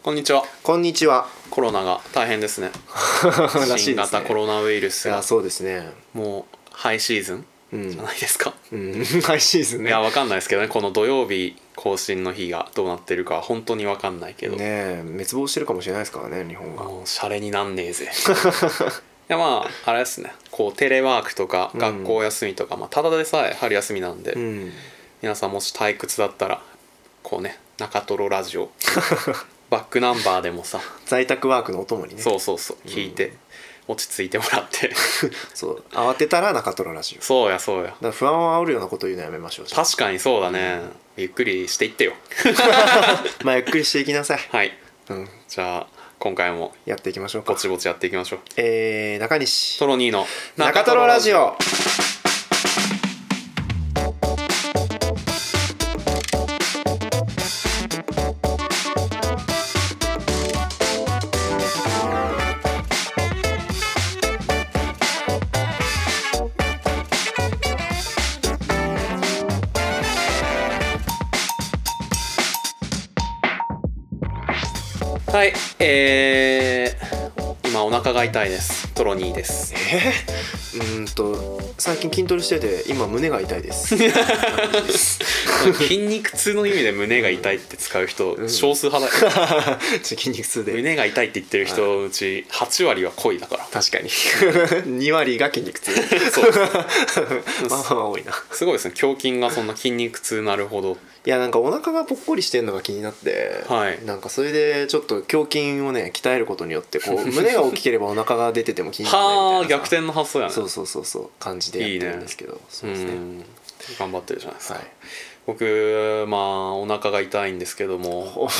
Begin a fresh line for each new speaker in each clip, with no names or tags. こんにちは
こんに ちは
コロナが大変ですね
らし
新
いです
型
ね
コロナウイルス
いや
が
そうですね
もうハイシーズン
うん
じゃないですか、
うん 嬉しいです
い
ね
やわかんないですけどねこの土曜日更新の日がどうなってるかは本当にわかんないけど、
ねえ滅亡してるかもしれないですからね日本が
もうシャレになんねえぜ いやまああれですねこうテレワークとか
うん
学校休みとか、まあ、ただでさえ春休みなんで、
うん
皆さんもし退屈だったらこうね中トロラジ オバックナンバーでもさ
在宅ワークのお供にね
そうそうそう聞いて、落ち着いてもらって
そう慌てたら中トロラジオだか
そうやそうや
ら不安を煽るようなこと言うのやめましょう
確かにそうだね、ゆっくりしていってよ
まあゆっくりしていきなさい、
はい
うん、
じゃあ今回も
やっていきましょう
ぼ
か
ちぼちやっていきましょう
えー、中西
トロニーの
中トロラジオ
はいえー、今お腹が痛いですトロニーです
えー、うーんと最近筋トレしてて今胸が痛いで す
筋肉痛の意味で胸が痛いって使う人
ん
少数派だよ、
筋肉痛で
胸が痛いって言ってる人のうち8割は恋だから
確 かに2割が筋 肉痛
そう
まあまあまあ多いな
すごいですね胸筋がそんな筋肉痛なるほど
いやなんかお腹がぽっこりしてんのが気になって、
はい
なんかそれでちょっと胸筋をね鍛えることによって こう胸が大きければお腹が出てても気にならない
は
み
あ
たいな
逆転の発想やね
そうそうそうそう感じでやってるんですけどそうですね
うん頑張ってるじゃないですか、
はい
僕まあお腹が痛いんですけども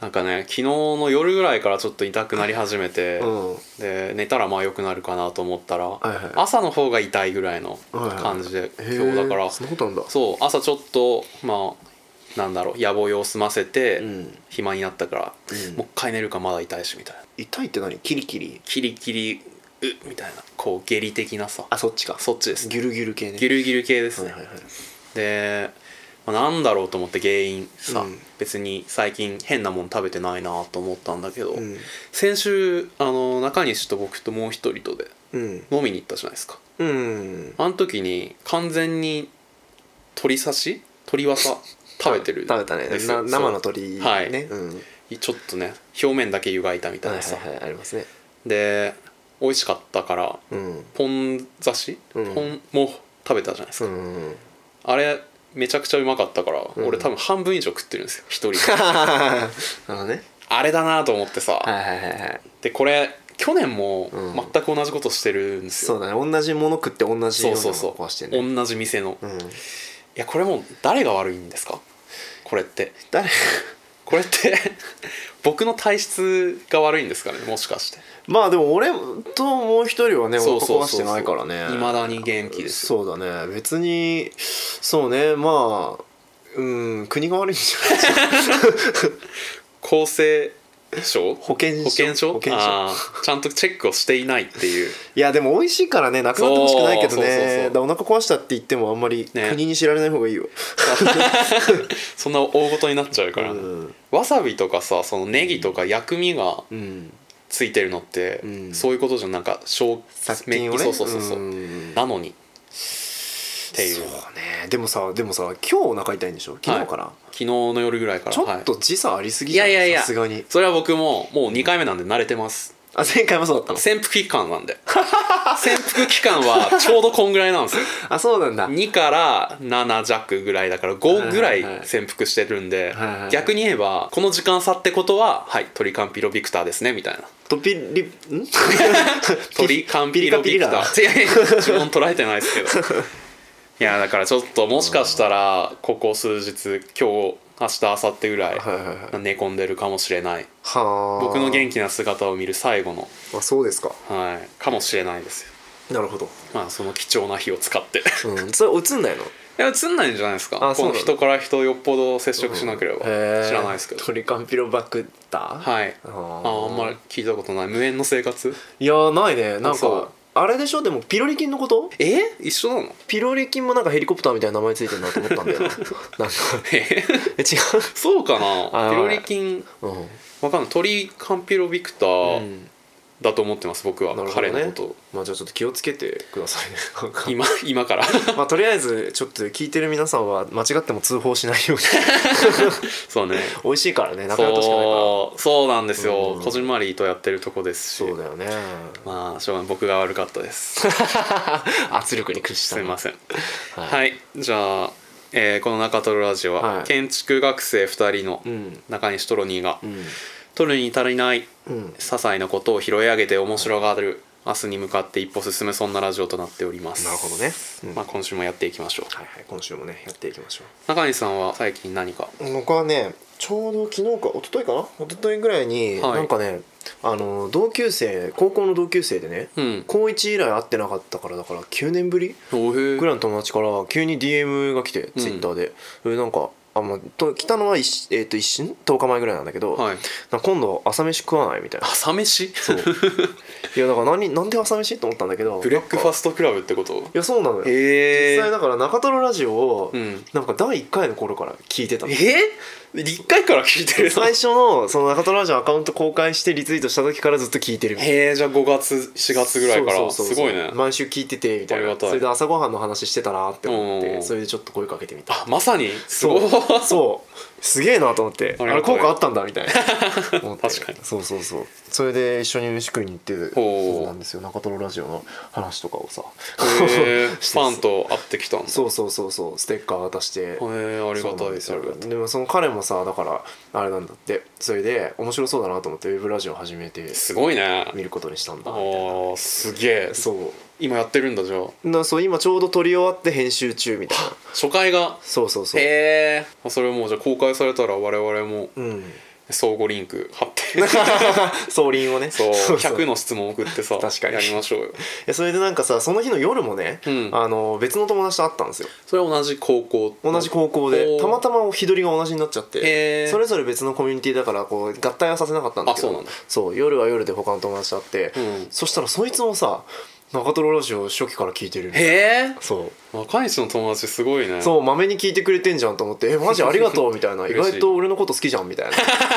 なんかね昨日の夜ぐらいからちょっと痛くなり始めて、
うん
で寝たらまあ良くなるかなと思ったら、
いはい
朝の方が痛いぐらいの
はいはい
感じで、
へえ
今日だから
そんなことなんだ
そう朝ちょっとまあなんだろう野暮用済ませて、
うん
暇になったから、
うん
もう一回寝るかまだ痛いしみたいな
痛いって何キリキリ
キリキリうみたいなこう下痢的なさ
あそっちか
そっちです
ギュルギュル系ね
ギュルギュル系ですね、
はいはいはい
で、まあ、なんだろうと思って原因さ、
うん
別に最近変なもん食べてないなと思ったんだけど、
うん
先週あの中西と僕ともう一人とで
うん
飲みに行ったじゃないですか
うん
あの時に完全に鶏刺し鶏わ さ食べてる
食べたね
です
な
よ
生の鳥ね、
はい
うん
そうちょっとね表面だけ湯がいたみたい
はい
なさ、
はいはいありますね
で美味しかったから
うん
ポン刺し、
うん
ポンも食べたじゃないですか、
うん
あれめちゃくちゃうまかったから、
うん
俺多分半分以上食ってるんですよ一 人で
あのね
あれだなと思ってさ、
はいはいはいはい
でこれ去年も
うん
全く同じことしてるんです
そ
よ、
うだね同じもの食って同じ
そ
よ
う
うな
そ
も
う
の
そう
を壊してね
同じ店の、い
うん
やこれもう誰が悪いんですかこれって
誰
これって 僕の体質が悪いんですかねもしかして
まあでも俺ともう一人はね
そ
お
うそう
腹
そう
壊してないからね
未だに元気ですよ
そうだね別にそうねまあうん国が悪いんじ ゃない
厚生省
保健所
保健所
保健所
あーちゃんとチェックをしていないっていう
いやでも美味しいからねなくなってほしくないけど
そうそうそうそう
ねだからお腹壊したって言ってもあんまり
ね
国に知られない方がいいよ、
そんな大ごとになっちゃうから、
うん
わさびとかさそのネギとか薬味が
うん
ついてるのって、
うん
そういうことじゃんなんか消
殺菌をね
そうそうそうそう、
ん
なのにってい
そううねでもさでもさ今日お腹痛いんでしょ昨日から、
昨日の夜ぐらいから
ちょ
は
っ
い
と時差ありすぎ
い
じゃ
や
ん
いやいや
さすがに
それは僕ももう2回目なんで慣れてます
あ前回もそうだったの
潜伏期間なんで 潜伏期間はちょうどこんぐらいなんです よ
あそうなんだ
2から7弱ぐらいだから5ぐらい潜伏してるんで
はいはいはい
逆に言えばこの時間差ってことははいトリカンピロビクターですねみたいな
トピリん
トリカンピロビクターい やいや自分捉えてないですけどいやだからちょっともしかしたらここ数日今日明日明後日ぐらい
はいはいはい
寝込んでるかもしれない
はあ
僕の元
気
気な姿を見る最後の、
あそうですか
はい、かもしれないですよ
なるほど、
まあその貴重な日を使って い
うん、それ映んないの
や映んないんじゃないですか
あそ
こ
うな
の
の
人から人をよっぽど接触しなければ、
へー
知らないですけど
トリカンピロバクター
はい
あ
あ
ー
ああんまり聞いたことない無縁の生活
いやーないねなん
あそ
か
う
あれでしょでもピロリ菌のこと
え一緒なの
ピロリ菌もなんかヘリコプターみたいな名前ついてるなと思ったんだよななんか
え
え違
そうか
あ
な
ー
ピロリ菌
う、うん、
わかんない鳥カンピロビクター
ん
だと思ってます、僕は、
なるほど
彼
ね
のことを
まあじゃあちょっと気をつけてくださいねなんか
今 今から
まあとりあえずちょっと聞いてる皆さんは間違っても通報 しないように
そうね
美味しいからねなかなかしかないから
そうそうなんですよ、
うん
こじんまりとやってるとこですし
そうだよ ね
まあしょうがない僕が悪かったです
圧力に屈した
すいません
ん
はい、じゃあ、えーこの中トロラジオは、
はい
建築学生2人の
うん
中西トロニーが、
うん
トロニーに足りない
うん
些細なことを拾い上げて面白がる明日に向かって一歩進むそんなラジオとなっております
なるほどね、うん
まあ、今週もやっていきましょう
はいはい今週もねやっていきましょう
中西さんは最近何か
僕はねちょうど昨日か一昨日かな一昨日ぐらいに、
はい
なんかねあの同級生高校の同級生でね、
うん
高1以来会ってなかったからだから9年ぶり
おへ
ぐらいの友達から急に DM が来て、ツイッターでえなんかあまあと来たのは一,、えー、と一瞬10日前ぐらいなんだけど、
はい
なんか今度朝飯食わないみたいな
朝飯
そういやだから何なんで朝飯と思ったんだけど
ブレックファ
ス
ストクラブってこと
いやそうなのよ、
へえ
実際だから中トロラジオを、
うん
なんか第1回の頃から聞いてたの
えー、一回から聞いてるの
最初のその中トラジオアカウント公開してリツイートした時からずっと聞いてるみたいな
へえじゃあ5月4月ぐらいから
そうそうそう
すごいね
毎週聞いててみたい
あり
な
がたい
それで朝ごはんの話してたなって思っ
うんうんう
て
ん
それでちょっと声かけてみた
あまさにすごい
そうすげえなと思ってあ
ありがたい
れ効果あったんだみた いな思って
確かに
そうそうそうそれで一緒に飯食いに行って
ほう
そうなんですよ中トロラジオの話とかをさ
へえフ
して
ァンと会ってきたんだへ
そうそうそうそうステッカー渡して
えありがたいです
そうなんですよでもその彼もさだからあれなんだってそれで面白そうだなと思ってウェブラジオ始めて
すごいね
見ることにしたんだ
あ
みたいな
ーすげえ
そ
今やってるんだじゃあ
うなそう今ちょうど撮り終わって編集中みたいな
初回が
そうそうそう
へえそれもうじゃあ公開されたら我々も
うん
相互リンク貼って
送輪をね
そう
そうそう
100の質問送ってさ
確かに
やりましょうよ
えそれでなんかさその日の夜もね、
うん
あの別の友達と会ったんですよ
それは同じ高校
同じ高校で
おー
たまたま日取りが同じになっちゃっ
へ
て
ー
それぞれ別のコミュニティだからこう合体はさせなかったんだけど
あそうなんだ
そう夜は夜で他の友達と会って、
うん
そしたらそいつもさ中トロラジオ初期から聞いてるみたいな
へえ
そう
若い人の友達すごいね
そうまめに聞いてくれてんじゃんと思って 「えマジありがとう」みたいな「意
嬉しい
外と俺のこと好きじゃん」みたいな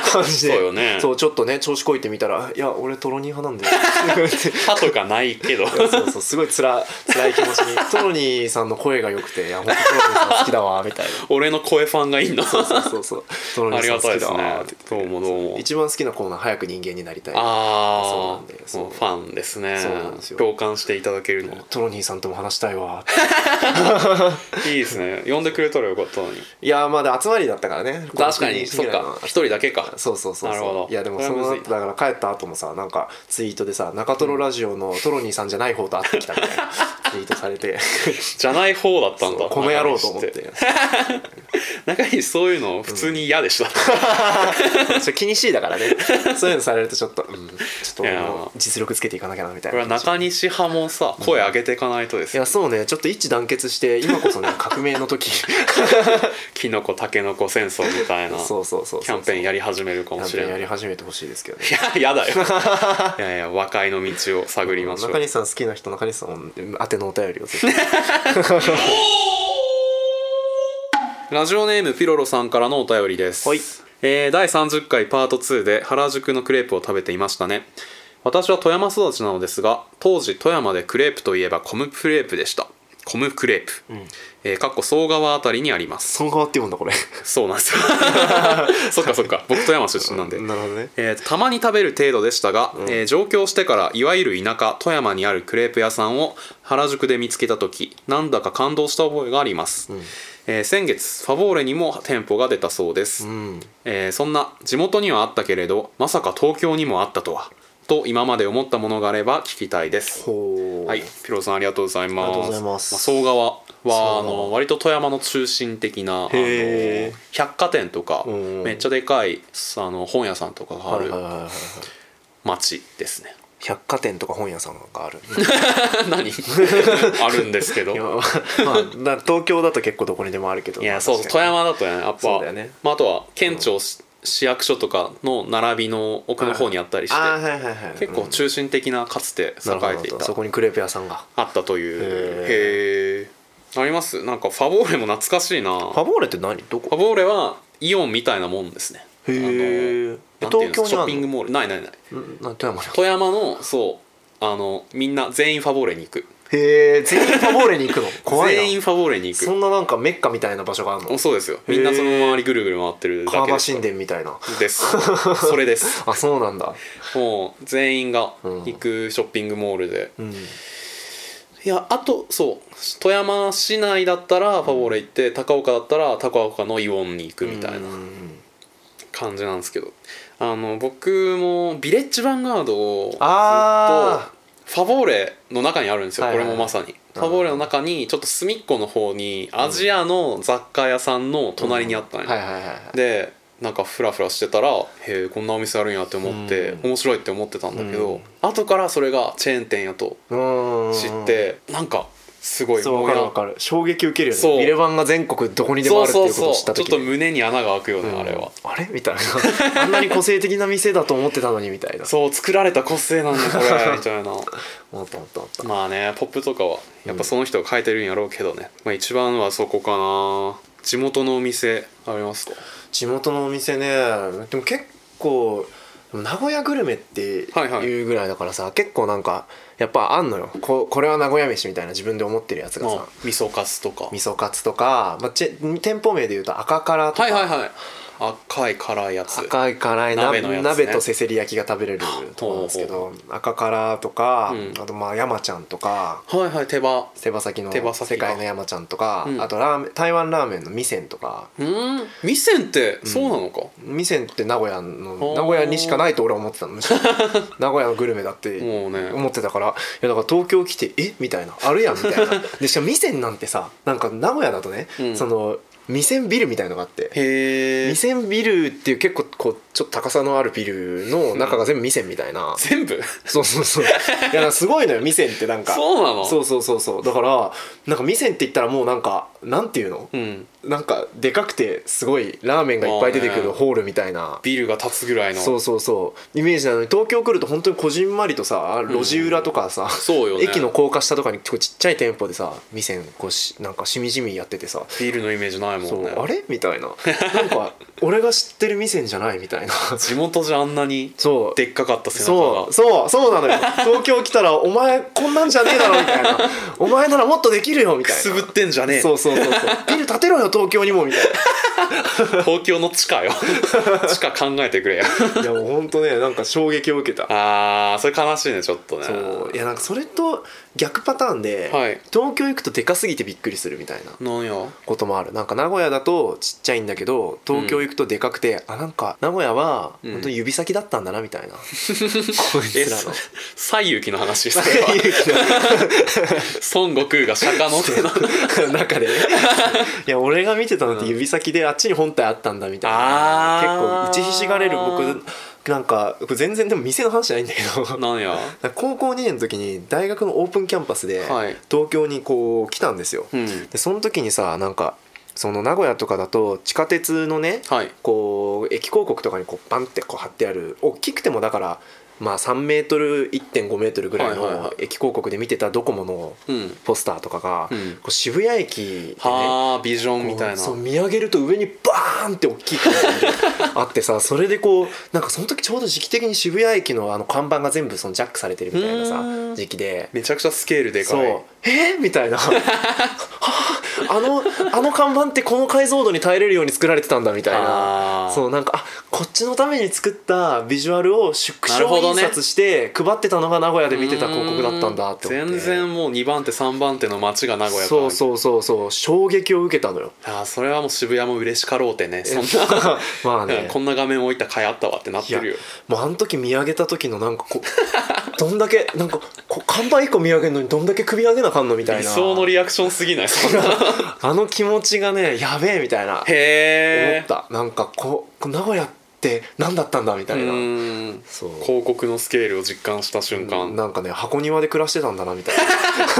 感じで
そうよね
そうちょっとね調子こいてみたら「いや俺トロニー派なんで」 って
歯とかないけ ど
そうそうすごいつら辛い気持ちにトロニーさんの声が良くて「いや本当トロニーさん好きだわ」みたいな
俺の声ファンがいんの
そうそうそうそうトロニ
あ
ー
り
さ
が
ん好
たい
き
で
だ
す
わ
ね
って
どうもどうも
一番好きなコーナー早く人間になりたい
あ
そうなんだよ
あ
そう
もうファンですね
そうなんですよ
共感していただけるの
トロニーさんとも話したいわって
いいですね呼んでくれたらよかったのに
いやーまだ集まりだったからね
確かに
5人
そっ
ぐらいの
か一人だけか
そうそうそう
なるほ
そ
ど
ういやでも
そ
そ
れは
の
むずい
だから帰った後もさなんかツイートでさ中トロラジオのトロニーさんじゃない方と会ってきたみたいなツイートさ れて
じゃない方だったん
そ
だ
うこの野郎と思っ
中西
て
中にそういうの普通に嫌で した、
それ気にしいだからね そういうのされるとちょっと、うん、ちょっと
いやー
俺も実力つけていかなきゃなみたい
これは
な
中西派もさ声上げていかないとで
い
すよ、
やそうねちょっと一致団結して今こ そね革命の時
キノコタケノコ戦争みたいな
そうそうそう
キャンペーン
や
やり始めるか
キ
も
ャン
し
ペ
れ
ーン
な
や
いい
り始めてほしいですけどね
ややだよいやいや和解の道を探りましょう
中西さん好きな人中西さん宛てのお便り をぜひ
ラジオネームピロロさんからのお便りです、
はい
えー第30回パート2で原宿のクレープを食べていましたね私は富山育ちなのですが当時富山でクレープといえばコムクレープでしたコムクレープ、えーかっこ総川あたりにあります
損川って読むんだこれ
そうなんですよそっかそっか僕富山出身 なんで
なるほどね
えーたまに食べる程度でしたが、えー上京してからいわゆる田舎富山にあるクレープ屋さんを原宿で見つけた時なんだか感動した覚えがあります、えー先月ファボーレにも店舗が出たそうです、
うん
えーそんな地元にはあったけれどまさか東京にもあったとはと今まで思ったものがあれば聞きたいです
ほう
はいピローさんありがとうございます
ありがとうございます
あ総川は
総川
あの割と富山の中心的なあ
へー
の百貨店とか
うん
めっちゃでかいあの本屋さんとかがあ
はい
る
はいはいはいはい
町ですね
百貨店とか本屋さんがある
何 あるんですけど
いやまあな東京だと結構どこにでもあるけど
いやそう
確
富
かに
山だとねやっぱ
そうだよね
まあ、あとは県庁、市役所とかの並びの奥の方にあったりして、
あーはいはいはい
結構中心的なかつて
うん
栄
なる
え
ほ
てい
ど
た、
そこにクレープ屋さんが
あったという
へ
へえありますなんかファボーレも懐かしいなフ
ファボーレって何どこ
ァボーレはイオンみたいなもんですね
へえ
なんていう
東
の
京
シ
に
ョ
あ
ッピング
る
モールないないない
のんな富山にある
富山のそうあのみんな全員ファボーレに行く
へえ全員ファボーレに行 くの怖いな
全員ファボーレに
そ
行
んななんかメッカみたいな場所がある
くお
の
そうですよみんなその周りぐるぐる回ってるだ
川
け
場
です
神殿みたいな
ですそれです
あそうなんだ
もう全員が行くショッピングモールで、
うん
いやあとそう富山市内だったらファボーレ行って、高岡だったら高岡のイオンに行くみたいな
うん
感じなんですけどあの僕もビレッジヴァンガードをずっと
あ
ファボーレの中にあるんですよ、
はいはい
これもまさにファボーレの中にちょっと隅っこの方にアジアの雑貨屋さんの隣にあったのよ、
はいはいはいはい
でなんかフラフラしてたらへえこんなお店あるんやって思って、
うん
面白いって思ってたんだけど、
うん
後からそれがチェーン店やと
うーん
知って、なんかすごい
そうわかる
や
わかる衝撃受けるよ
そう
ねビレバンが全国どこにでも
そ
あ
う
るって
そうそ
いうことを
う
知った
ちょっ
時
と胸に穴が開くよね、あれは
うんあれみたいなあんなに個性的な店だと思ってたのにみたいな
そう作られた個性なんだこ れみたいな
思った思った思った
まあねポップとかはやっぱその人が書いてるんやろうけどね、まあ一番はそこかな地元のお店ありますか
地元のお店ねでも結構でも名古屋グルメって
はいはい
いうぐらいだからさ、結構なんかやっぱあんのよここれは名古屋飯みたいな自分で思ってるやつがさ
まあ味噌カツとか
味噌カツとか、まあ、チェ店舗名で言うと赤辛とか、
はいはいはい赤い辛いやつ
赤い辛い
鍋
鍋,、
のやつね
鍋とせせり焼きが食べれるとこなんですけど赤辛とか、
うん
あとまあ山ちゃんとか
はいはい手羽
手羽先の
手羽先か
世界の山ちゃんとか、
うん
あとラーメン台湾ラーメンの味仙とか
うん店ってそうなのか、
味仙って名古屋の
ー
名古屋にしかないと俺は思ってた のむしろ名古屋のグルメだって
もうね
思ってたからいやだから東京来てえみたいなあるやんみた いなでしかも味仙なんてさなんか名古屋だとね、
うん
その味仙ビルみたいのがあって
へえ
味仙ビルっていう結構こうちょっと高さのあるビルの中が全部味仙みたいな、
全部
そうそうそういやだからすごいのよ味仙ってなんか
そうなの
そうそうそうそうだからなんか味仙って言ったらもうなんかなんていうの
うん
なんかでかくてすごいラーメンがいっぱい出てく
あーね
るホールみたいな
ビルが立つぐらいの
そうそうそうイメージなのに東京来ると本当にこじんまりとさ路地裏とかさ、
そうよね
駅の高架下とかにこうちっちゃい店舗でさ店こうしなんかしみじみやっててさ、
ビルのイメージないも
そ
ん
う
ね
あれみたいななんか 俺が知ってる店じゃないみた いな
地元じゃあんなに
そう
でっかかった背中
そ
が
うそうそうなのよ東京来たらお前こんなんじゃねえだろみたいなお前ならもっとできるよみた
く
いな
すぶってんじゃねえ
そうそうそうそうビル建てろよ東京にもみたいな
東京の地下 よ地下考えてくれよ
いやもうほんとねなんか衝撃を受けた
あーそれ悲しいねちょっとね
そういやなんかそれと逆パターンで、
はい
東京行くとでかすぎてびっくりするみたいな
なんや
こともあるなんか名古屋だとちっちゃいんだけど東京行くとでかくて、あなんか名古屋は
うん
本当に指先だったんだなみたい な、こい
え
つらの。
西遊記の話それは 孫悟空が釈迦の手の
中でねいや俺が見てたのって指先であっちに本体あったんだみたい
あー
な結構打ちひしがれる僕なんかこれ全然でも店の話じゃないんだけど
なんや
高校2年の時に大学のオープンキャンパスで
はい
東京にこう来たんですよ、
うん
でその時にさなんかその名古屋とかだと地下鉄のね、
はい
こう駅広告とかにこうバンってこう貼ってある大きくてもだからまあ3メートル1.5メートルぐらい
はいはいは
の
い
駅広告で見てたドコモの
うん
ポスターとかが、
うん
こう渋谷駅でね
はあビジョンみたい
こう
な
そう見上げると上にバーンって大きい看板があってさ それでこうなんかその時ちょうど時期的に渋谷駅のあの看板が全部そのジャックされてるみたいな
う
さ
ん
時期で
めちゃくちゃスケールで
そ
か
う
い
えーみ たいなはああのあの看板ってこの解像度に耐えれるように作られてたんだみたい
あ
な
ー
そうなんかあこっちのために作ったビジュアルを縮
なる
小
ほど
印
ね
刷して配ってたのが名古屋で見てた広告だったんだって思って
全然もう2番手3番手の街が名古屋
そうそうそうそう衝撃を受けた のよ
うあーそれはもう渋谷も嬉しかろうてねそん
ま
な、
あね
こんな画面置いた回あったわってなっ
い
て
や
るよ
もうあの時見上げた時のなんかこうどんだけなんかこう看板一個見上げるのにどんだけ首上げなあかんのみたいな
理想のリアクションすぎないそんな
あの気持ちがねやべえみたいな思
へ
っ
え
たなんかここ名古屋って何だったんだみたいなそう
広告のスケールを実感した瞬間
なんかね箱庭で暮らしてたんだなみたいな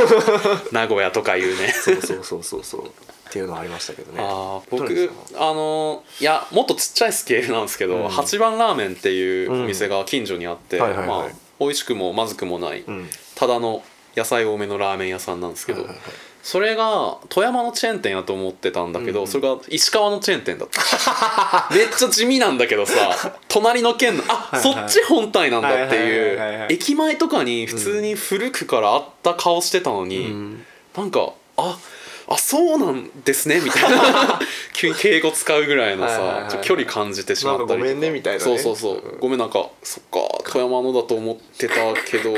名古屋とかいうね
そうそうそうそうそうっていうのはありましたけどね
あー
どうで
僕
すか
あのいやもっとちっちゃいスケールなんですけど、
うん
八番ラーメンっていうお店が近所にあって、
うんはいはいはい
まあ美味しくもまずくもない、
うん
ただの野菜多めのラーメン屋さんなんですけど、
はいはいはい
それが富山のチェーン店やと思ってたんだけど、
うんうん
それが石川のチェーン店だった めっちゃ地味なんだけどさ 隣の県のあ、
はいはい
そっち本体なんだってい
はいはいはいはいは
う
い
駅前とかに普通に古くからあった顔してたのに、
うん
なんかああそうなんですねみたい な 急に敬語使うぐらいのさ、
はいはいはい
ちょっと距離感じてしまったりとか
なんかごめんねみたいなね
そうそうそうごめんなんかそっか富山のだと思ってたけ ど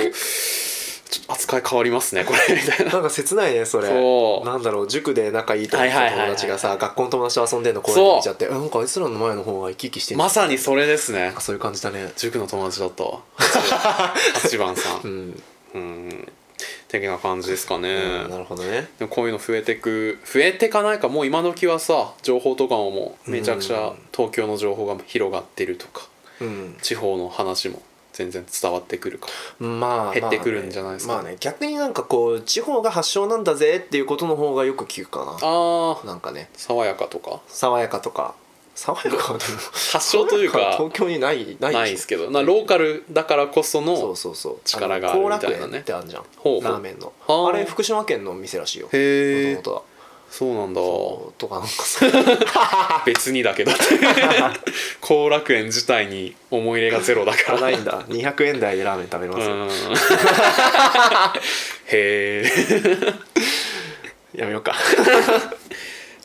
ちょっと扱い変わりますねこれみたいな
なんか切ないねそれ
そう
なんだろう塾で仲いいと思って
はいは
た
いはいはい
友達がさ学校の友達と遊んでんの公園で見ちゃってなんかあいつらの前の方が生き生きしてんじゃん
まさにそれですね
そういう感じだね
塾の友達だったわ8番さ
うんん、
うん的な感じですかね、
うんなるほどね
でもこういうの増えてく増えてかないかもう今時はさ情報とかももうめちゃくちゃ東京の情報が広がってるとか、
うん
地方の話も全然伝わってくるか
まあ
減ってくるんじゃないですか
まあね,、まあね逆になんかこう地方が発祥なんだぜっていうことの方がよく聞くかな
ああ
なんかね
爽やかとか
爽やかとか爽やかはでも
発祥というか
東京にないない
ないですけどなローカルだからこそ
そう
の
そうそう
力があるみたいなね
あの後楽園ってあるじゃん
ほう
ラーメンの
あー
あれ福島県の店らしいよ
へえ
元々は
そうなんだ
とか なんかさ
別にだ けど後楽園自体に思い入れがゼロだから
ないんだ200円台でラーメン食べます
う、んへえ
やめようか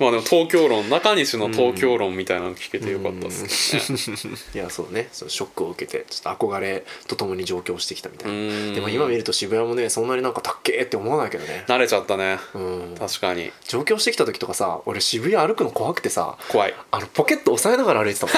まあでも東京論中西の東京論みたいなの聞けてよかったですね
いやそうねそのショックを受けてちょっと憧れとともに上京してきたみたいな、
うん
でも今見ると渋谷もねそんなになんかたっけーって思わないけどね、
慣れちゃったね
うん、
確かに
上京してきた時とかさ俺渋谷歩くの怖くてさ
怖い
あのポケット押さえながら歩いて たも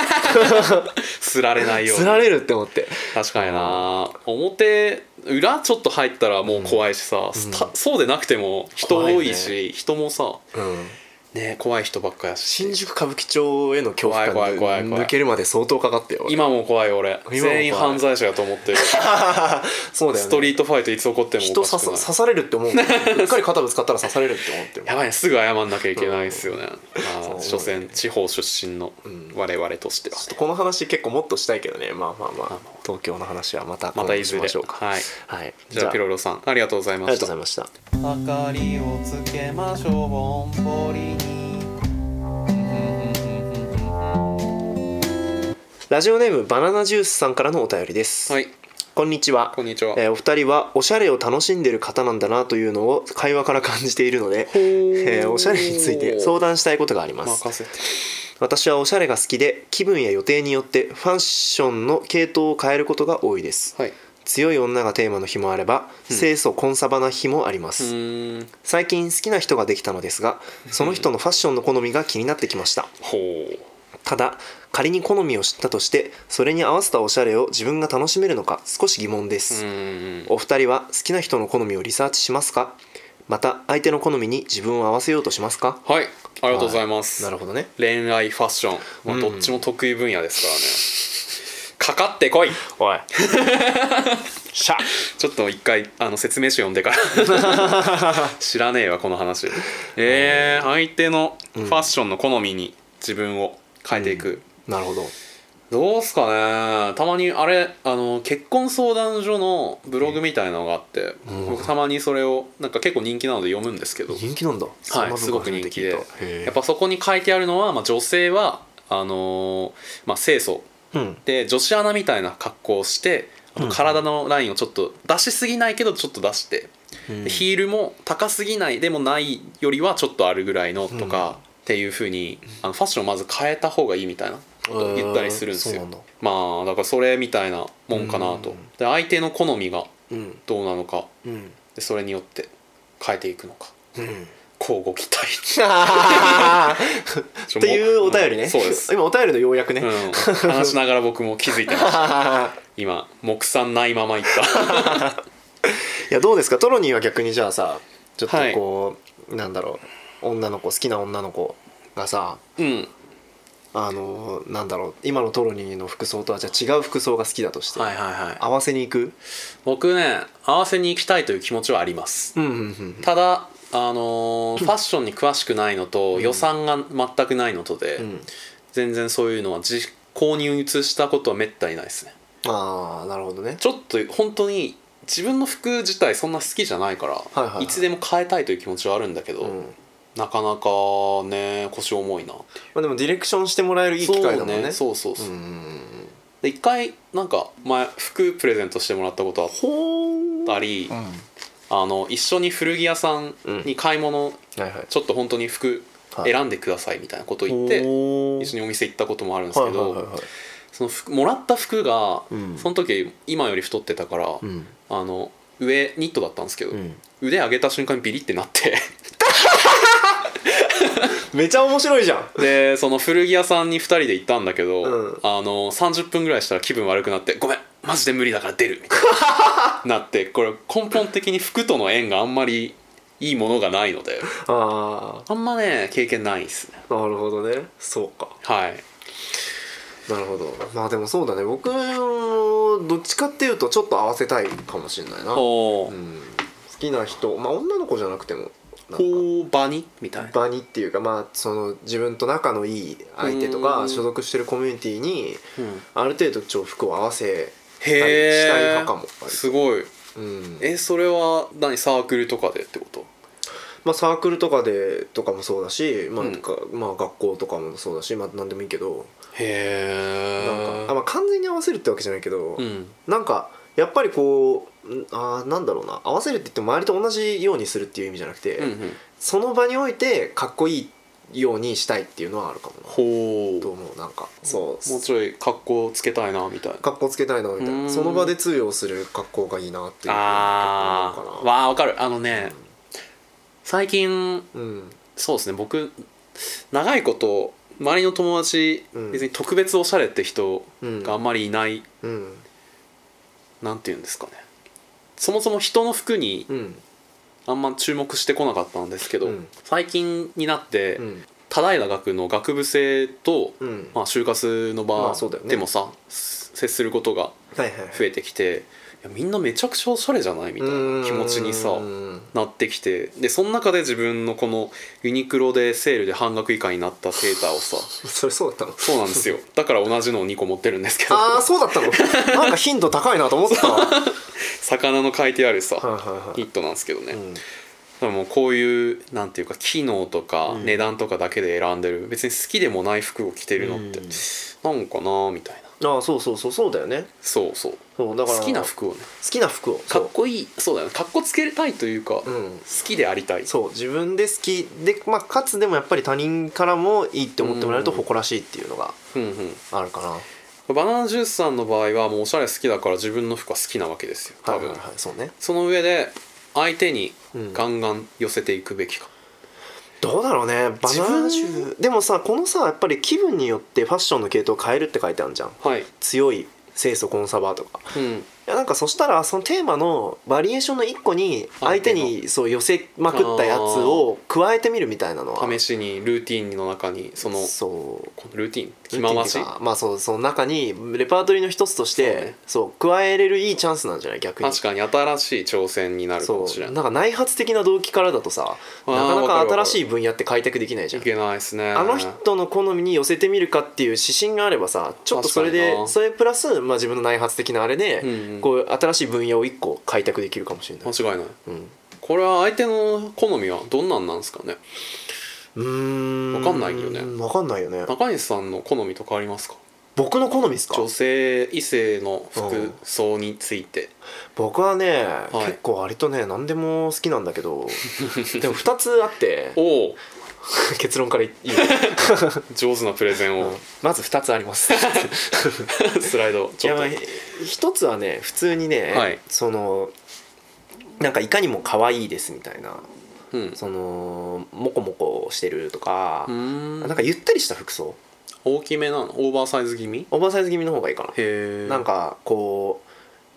ん
すられないように
すられるって思って
確かにな表裏ちょっと入ったらもう怖いしさ、スタそうでなくても人多いし
怖
人もさ
うん
ね怖い人ばっかやし
新宿歌舞伎町への恐怖感
怖い怖い怖い怖い
抜けるまで相当かかってよ俺
今も怖い俺
怖い
全員犯罪者やと思ってる、
そうだよね
ストリートファイトいつ起こってもお
人
かし
刺さ
くない
刺されるって思うもんうっかり肩ぶつかったら刺されるって思ってる
やばいねすぐ謝んなきゃいけないですよね、ま
そう
あ所詮地方出身の我々としては、
この話結構もっとしたいけどねまあまあまあ東京の話はまた
またいず
今度
れ
にしましょうか
はい
はい
じゃあピロロさんありがとうござい
あ
ま
りが
し
とうご
た
ざいました
明かりをつけましょうぼんぼりに
ラジオネームバナナジュースさんからのお便りです、
はい
こんにちは
こんにちは
えーお二人はおしゃれを楽しんでる方なんだなというのを会話から感じているので、
ほー
えーおしゃれについて相談したいことがあります
任せて
私はおしゃれが好きで気分や予定によってファッションの系統を変えることが多いです
はい
強い女がテーマの日もあれば清楚コンサバな日もありま
う
す、
ーん
最近好きな人ができたのですがその人のファッションの好みが気になってきました
ほう
ただ仮に好みを知ったとしてそれに合わせたおしゃれを自分が楽しめるのか少し疑問で
う
す、
ーん
お二人は好きな人の好みをリサーチしますかまた相手の好みに自分を合わせようとしますか
はいありがとうございます、
なるほどね
恋愛ファッション、まあ、どっちも得意分野ですからね、 かかってこい
お いしゃ
ちょっと一回あの説明書読んでから 知らねえわこの話えー、相手のファッションの好みに自分を変えていく、
なるほど
どうすかねたまにあれあの結婚相談所のブログみたいなのがあって、
うん
僕たまにそれをなんか結構人気なので読むんですけど、
人気なんだ
はい、すごく人気でや
や
っぱそこに書いてあるのは、まあ、女性はあのーまあ、清楚
うん
で女子アナみたいな格好をしてあと
うん
体のラインをちょっと出しすぎないけどちょっと出して、でヒールも高すぎないでもないよりはちょっとあるぐらいのとか、
うん
っていうふうにあのファッションをまず変えた方がいいみたいなことを言ったりするんですよ、
えーそうなんだ
まあだからそれみたいなもんかなと、
うん
で相手の好みが
うん
どうなのか
うん
でそれによって変えていくのか
うん
交互期待
っていうお便り
うん
ね
そうです
今お便りの要約ね
うん、話しながら僕も気づいてました今木産ないままいった
いやどうですかトロニーは逆にじゃあさちょっと
はい
こう、なんだろう女の子好きな女の子がさ
うん、
あのなんだろう今のトロニーの服装とはじゃあ違う服装が好きだとして、
はいはいはい
合わせに行く
僕ね合わせに行きたいという気持ちはあります
うんうんうん
ただあのーファッションに詳しくないのと予算が全くないのとで、
うん
全然そういうのは実行に移したことはめったにないですね
ああなるほどね
ちょっと本当に自分の服自体そんな好きじゃないから、
いはいはい
つでも変えたいという気持ちはあるんだけど、
うん
なかなかね腰重いなっていう
まあ、でもディレクションしてもらえるいい機会だもんね
そうそうそうそう、
うんうん
で一回なんか前服プレゼントしてもらったことあっ
ほー
たり、
うん
あの一緒に古着屋さんに買い物、
はいはい
ちょっと本当に服
はい
選んでくださいみたいなこと言って、
ほー
一緒にお店行ったこともあるんですけど、
はいはいはいはい
その服もらった服が、
うん
その時今より太ってたから、
うん
あの上ニットだったんですけど、
うん
腕上げた瞬間にビリってなって
めちゃ面白いじゃん
でその古着屋さんに2人で行ったんだけど、
うん
あの30分ぐらいしたら気分悪くなって「ごめんマジで無理だから出る」みたい ななってこれ根本的に服との縁があんまりいいものがないので
あ
あんまね経験ないんですね
あなるほどねそうか
はい
なるほどまあでもそうだね僕もどっちかっていうとちょっと合わせたいかもしれないな、うん、好
ほう
きな人まあ女の子じゃなくてもなんか
ほう場にみたいな
場にっていうかまあその自分と仲のいい相手と
う
か
ん
所属してるコミュニティに
うん
ある程度重複を合わせたり
へえ
したい派かも割と
すごい
うん
えそれは何サークルとかでってこと
まあ、サークルとかでとかもそうだし、まあ
うん
なんかまあ、学校とかもそうだし、まあ、何でもいいけど
へ
なん
え
かあ、まあ、完全に合わせるってわけじゃないけど、
うん
なんかやっぱりこうんあーなんだろうな合わせるって言っても周りと同じようにするっていう意味じゃなくて、
うんうん
その場においてかっこいいようにしたいっていうのはあるかもな
ほ
と思うなんかそう
もうちょい格好つけたいなみたいな
格好つけたいなみたいうなんその場で通用する格好がいいなっていう
あ
結構思う
ー
かな
わあわかるあのね最近
うん
そうですね僕長いこと周りの友達、
うん
別に特別おしゃれって人があんまりいない、
うん
なんていうんですかねそもそも人の服に
うん
あんま注目してこなかったんですけど、
うん
最近になって、
うん
多大な学の学部生と、
うん
まあ、就活の
ま
場
あそうだよね
でもさ、す接することが
はいはいはい
増えてきていやみんなめちゃくちゃおしゃれじゃないみたいな気持ちにさ
うん
なってきてでその中で自分のこのユニクロでセールで半額以下になったセーターをさ
それそうだったの
そうなんです よだから同じのを2個持ってるんですけど
ああそうだったの なんか頻度高いなと思ってたわはい
魚の書いてあるさ
はい
ニッ
は
トなんですけどね、
いうん
でもこういうなんていうか機能とか
うん
値段とかだけで選んでる、別に好きでもない服を着てるのって、
うん
なんかなーみたいな
ああそうそうそうそうだよね
そうそう
そうだから
好きな服をね
好きな服を
か
そ
っ
う
こいいそうだよねかっこつけたいというか、
う
好
ん
きでありたい
そう自分で好きで、まあ、かつでもやっぱり他人からもいいって思ってもらえると
うん
誇らしいっていうのが
うんうん
あるかな、
バナナジュースさんの場合はもうおしゃれ好きだから自分の服は好きなわけですよ多分、
はいはいはいそうね
その上で相手に
うん
ガンガン寄せていくべきか、
どうだろうねバナナ
自
ジ
分
ュでもさこのさやっぱり気分によってファッションの系統を変えるって書いてあるじゃん
はい、
強い清楚コンサバとか
うん、
いやなんかそしたらそのテーマのバリエーションの一個に相手にそう寄せまくったやつを加えてみるみたいなのは
試しにルーティンの中にその
そう
このルーティン着回し
ルーティンっていうかまあそうその中にレパートリーの一つとして
そ
そうう,、
ね
加えれるいいチャンスなんじゃない逆に
確かに新しい挑戦になるかも
そ
しれ
う
な
ないんか内発的な動機からだとさ
あー
なかな
わかるわ
か
かる
新しい分野って開拓できないじゃ
い
ん
けないですね
あの人の好みに寄せてみるかっていう指針があればさちょっとそれ
確かにな
でそれプラス、まあ、自分の内発的なあれで、
うんうん
こう新しい分野を一個開拓できるかもしれない、
間違いない
うん
これは相手の好みはどんなんなんですかね
うーん
わかんないよね
わかんないよね
中西さんの好みとかありますか
僕の好みですか
女性異性の
う
服
ん
装について
僕はね、
い
結構割とね何でも好きなんだ けどでも2つあって
おお
結 論から言いい、
上手なプレゼンを、
まず2つあります
スライドち
や
ょっと
ばい1つはね普通にね、
はい
そのなんかいかにも可愛いですみたいな
うん
そのモコモコしてるとか
う、ーん
なんかゆったりした服装
大きめなのオーバーサイズ気味
オーバーサイズ気味の方がいいかな
へえ
なん
か
かこ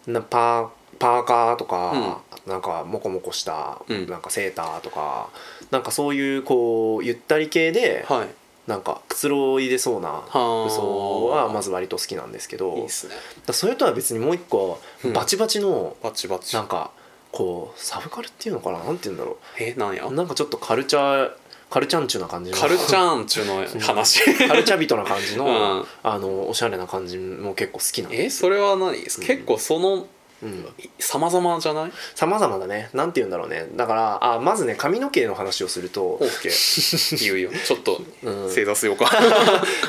うなパーパーカーとか、なんかモコモコした、
うん
なんかセーターとかなんかそういうこうゆったり系で、
はい
なんかくつろいでそうな服
ー
装はまず割と好きなんですけ
いい
ど
っすね
だそれとは別にもう一個
うん
バチバチの、
バチバチ
なんかこうサブカルっていうのかななんて言うんだろ
えなんや
うなんかちょっとカルチャーカルチャンチュな感じの
カルチャーンちゅうの 話
カルチャビトな感じ の、
うん
あのおしゃれな感じも結構好きなんで
えそれは何です結構その
うん
様々じゃない
様々だねなんて言うんだろうねだからあまずね髪の毛の話をすると
OK 言うよちょっと
うん
正座しようか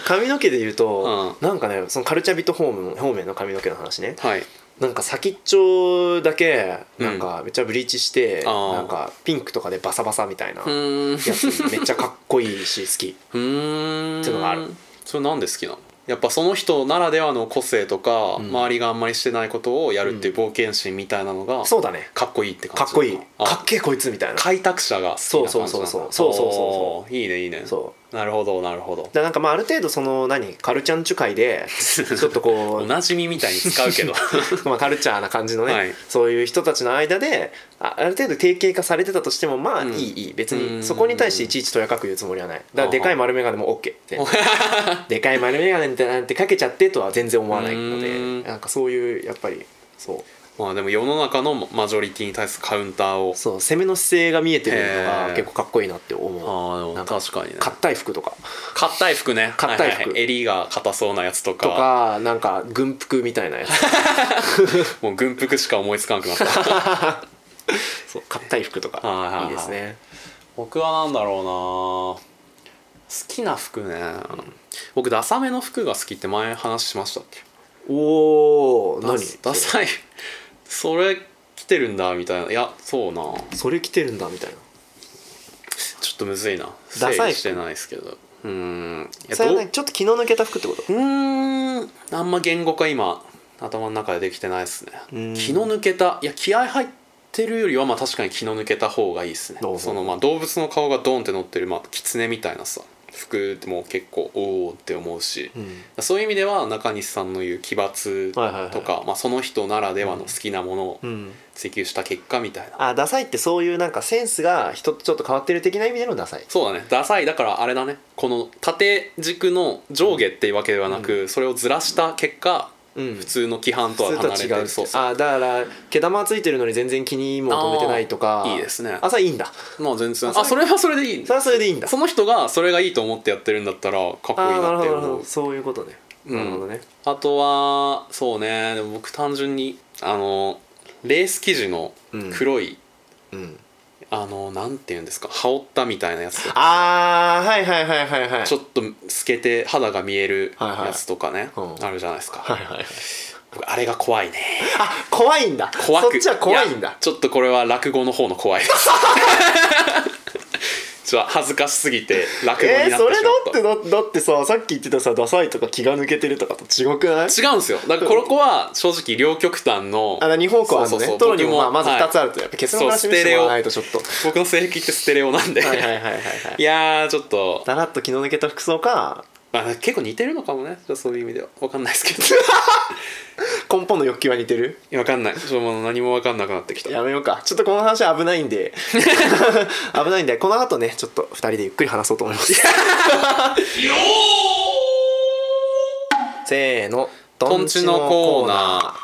髪の毛で言うと、なんかねそのカルチャビット方面方面の髪の毛の話ね
はい
なんか先っちょだけなんかめっちゃブリーチして、
あー
なんかピンクとかでバサバサみたいな
う
や
ーんう
つめっちゃかっこいいし好き
ーん
っていうのがある
それなんで好きなのやっぱその人ならではの個性とか、
うん
周りがあんまりしてないことをやるっていう冒険心みたいなのが、
そうだね
かっこいいって感じ
かっこいい
あ
かっけえこいつみたいな
開拓者が好きな感じなんだ
そうそうそうそうそうそうそうそ
おーいいねいいね
そ
なるほどなるほど
うでなんかまあある程度その何カルチャンチュ会でちょっとこ
お
う
なじみみたいに使うけど
まあ、カルチャーな感じのね、
はい
そういう人たちの間であある程度定型化されてたとしてもまあいい、
うん
いい別
うん
にそこに対していちいちとやかく言うつもりはないだからでかい丸眼鏡も OK って
は
でかい丸眼鏡なんてかけちゃってとは全然思わないの
う
で
ん
なんかそういうやっぱりそう
まあでも世の中のマジョリティに対するカウンターを
そう攻めの姿勢が見えてくるの
へ
が
ー
結構かっこいいなって思う
ああでも
なんか
確かにね
硬い服とか
硬い服ね
硬い服
ははは襟が硬そうなやつとか
とかなんか軍服みたいなや つ
もう軍服しか思いつかなくなった
そう硬い服と
はいはいはい
かいいですね
僕はなんだろうな好きな服ね、僕ダサめの服が好きって前話しましたっけ
おお何
ダダサいそれ着てるんだみたいないやそうな
それ着てるんだみたいな
ちょっとむずいな
ダサい服
整理してないですけどうーんいや
それは
どう
何ちょっと気の抜けた服ってこと
うーんあんま言語化今頭の中でできてないです
う
ね
ん
気の抜けたいや気合入ってるよりはまあ確かに気の抜けた方がいいですね
どうぞ
そのまあ動物の顔がドンって乗ってるまあ狐みたいなさ服ってもう結構おおって思うし、
うん
そういう意味では中西さんの言う奇抜とか、
はいはいはい
まあ、その人ならではの好きなものを
うん、
追求した結果みたいな、
あダサいってそういうなんかセンスが人とちょっと変わってる的な意味でのダサい
そうだねダサいだからあれだねこの縦軸の上下っていうわけではなく、それをずらした結果
うん
普通の規範とは離れて
普通と違う
るそうそう
あだから毛玉ついてるのに全然気にも留めてないとか
あーいいですね
あそれいいんだ
まあ全然
あ
あそれはそれでいい
それはそれでいいんだ
その人がそれがいいと思ってやってるんだったらかっこ
あ
いい
ーな
なっ
るほ
て
どなるほ
思う
どそういうことね、
うん
なるほどね
あとはそうねでも僕単純にあのレース生地の黒い、
うん
あのなんていうんですか羽織ったみたいなやつとか
ああはいはいはいはいはい
ちょっと透けて肌が見えるやつとかね、
はいはいうん
あるじゃないですか、
はいはいはい
僕あれが怖いね
あ怖いんだ
怖く
そっちは怖いん
や
だ
ちょっとこれは落語の方の怖いです ちょっと恥ずかしすぎて落語になっ
え
てしま
ー、
っ、
それだったてだだってささっき言ってたさダサいとか気が抜けてるとかと違くない
違うんですよだからこの子は正直両極端の
あの二方向ある
そ
のね
うそうそう
トロにもまあ
僕も
まず2つあると、やっぱ結論から示してもらわないとちょっと
僕の性癖ってステレオなんで、
はい
い
はいはい はいはい
やーちょっと、
だらっと気の抜けた服装か
まあ、結構似てるのかもねじゃあそういう意味では分かんないです け
根本の欲求は似てる
ど分かんないちょっともう何も分かんなくなってきた
やめようかちょっとこの話危ない んで危ないんでこの後ねちょっと2人でゆっくり話そうと思いますせーの
とんちのコーナ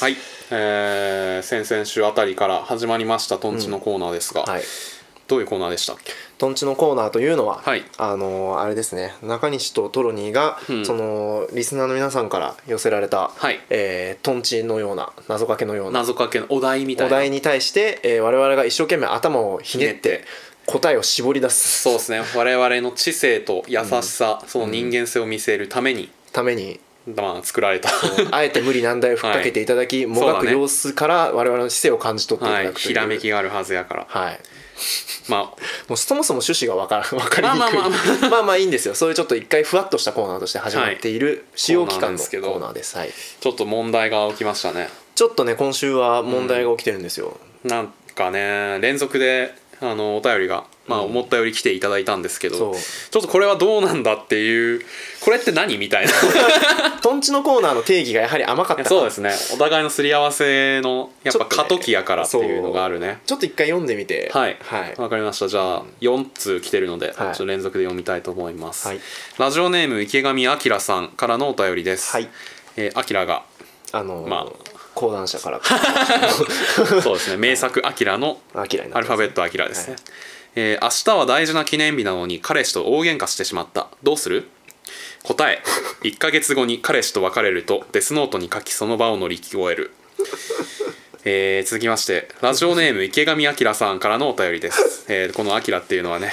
ーはい、えー、先々週あたりから始まりました「とんちのコーナー」ですが、
はい
どういうコーナーでしたっけ
とんちのコーナーというのは、
はい
あのあれですね中西とトロニーが、
うん
そのリスナーの皆さんから寄せられた、
はい
えー、とんちのような謎かけのような
謎かけのお題みたい
お
な
題に対して、えー我々が一生懸命頭をひねっ
ひねって
て答えを絞り出す
そうです ね我々の知性と優しさ、その人間性を見せるために、
た めに
まあ、作られた、
あえて無理難題をふっかけていただき、もが
そう
く
だね
様子から我々の姿勢を感じ取ってい
は
ただ
い、
くという、
ひらめきがあるはずやから
はい
まあ
もうそもそも趣旨がわから わかりにくい
まあまあま
まあまあいいんですよそういうちょっと一回ふわっとしたコーナーとして始まっている使用期間
コーナー
のコ
ですけど
ーナーです、はい、
ちょっと問題が起きましたね
ちょっとね今週は問題が起きてるんですよ、
なんかね連続であのお便りが、まあ、
うん
思ったより来ていただいたんですけど、
そう
ちょっとこれはどうなんだっていうこれって何みたいな
とんちのコーナーの定義がやはり甘かったか ら
そうですねお互いのすり合わせのやっぱ
ちょ
過
っとね
渡期やからっていうのがあるね
ちょっと一回読んでみて
はい
はい
わかりましたじゃあ4通来てるので、ちょ
はい
っと連続で読みたいと思います、
はい
ラジオネーム池上彰さんからのお便りです
はい
えー、明が
あの、
ま
講談社から
そうですね名作「明の
あ嫌いな
アルファベット「明ですね、
はい
えー明日は大事な記念日なのに彼氏と大喧嘩してしまったどうする答 え1ヶ月後に彼氏と別れるとデスノートに書きその場を乗り越える、えー続きましてラジオネーム池上彰さんからのお便り です、えーこの彰っていうのはね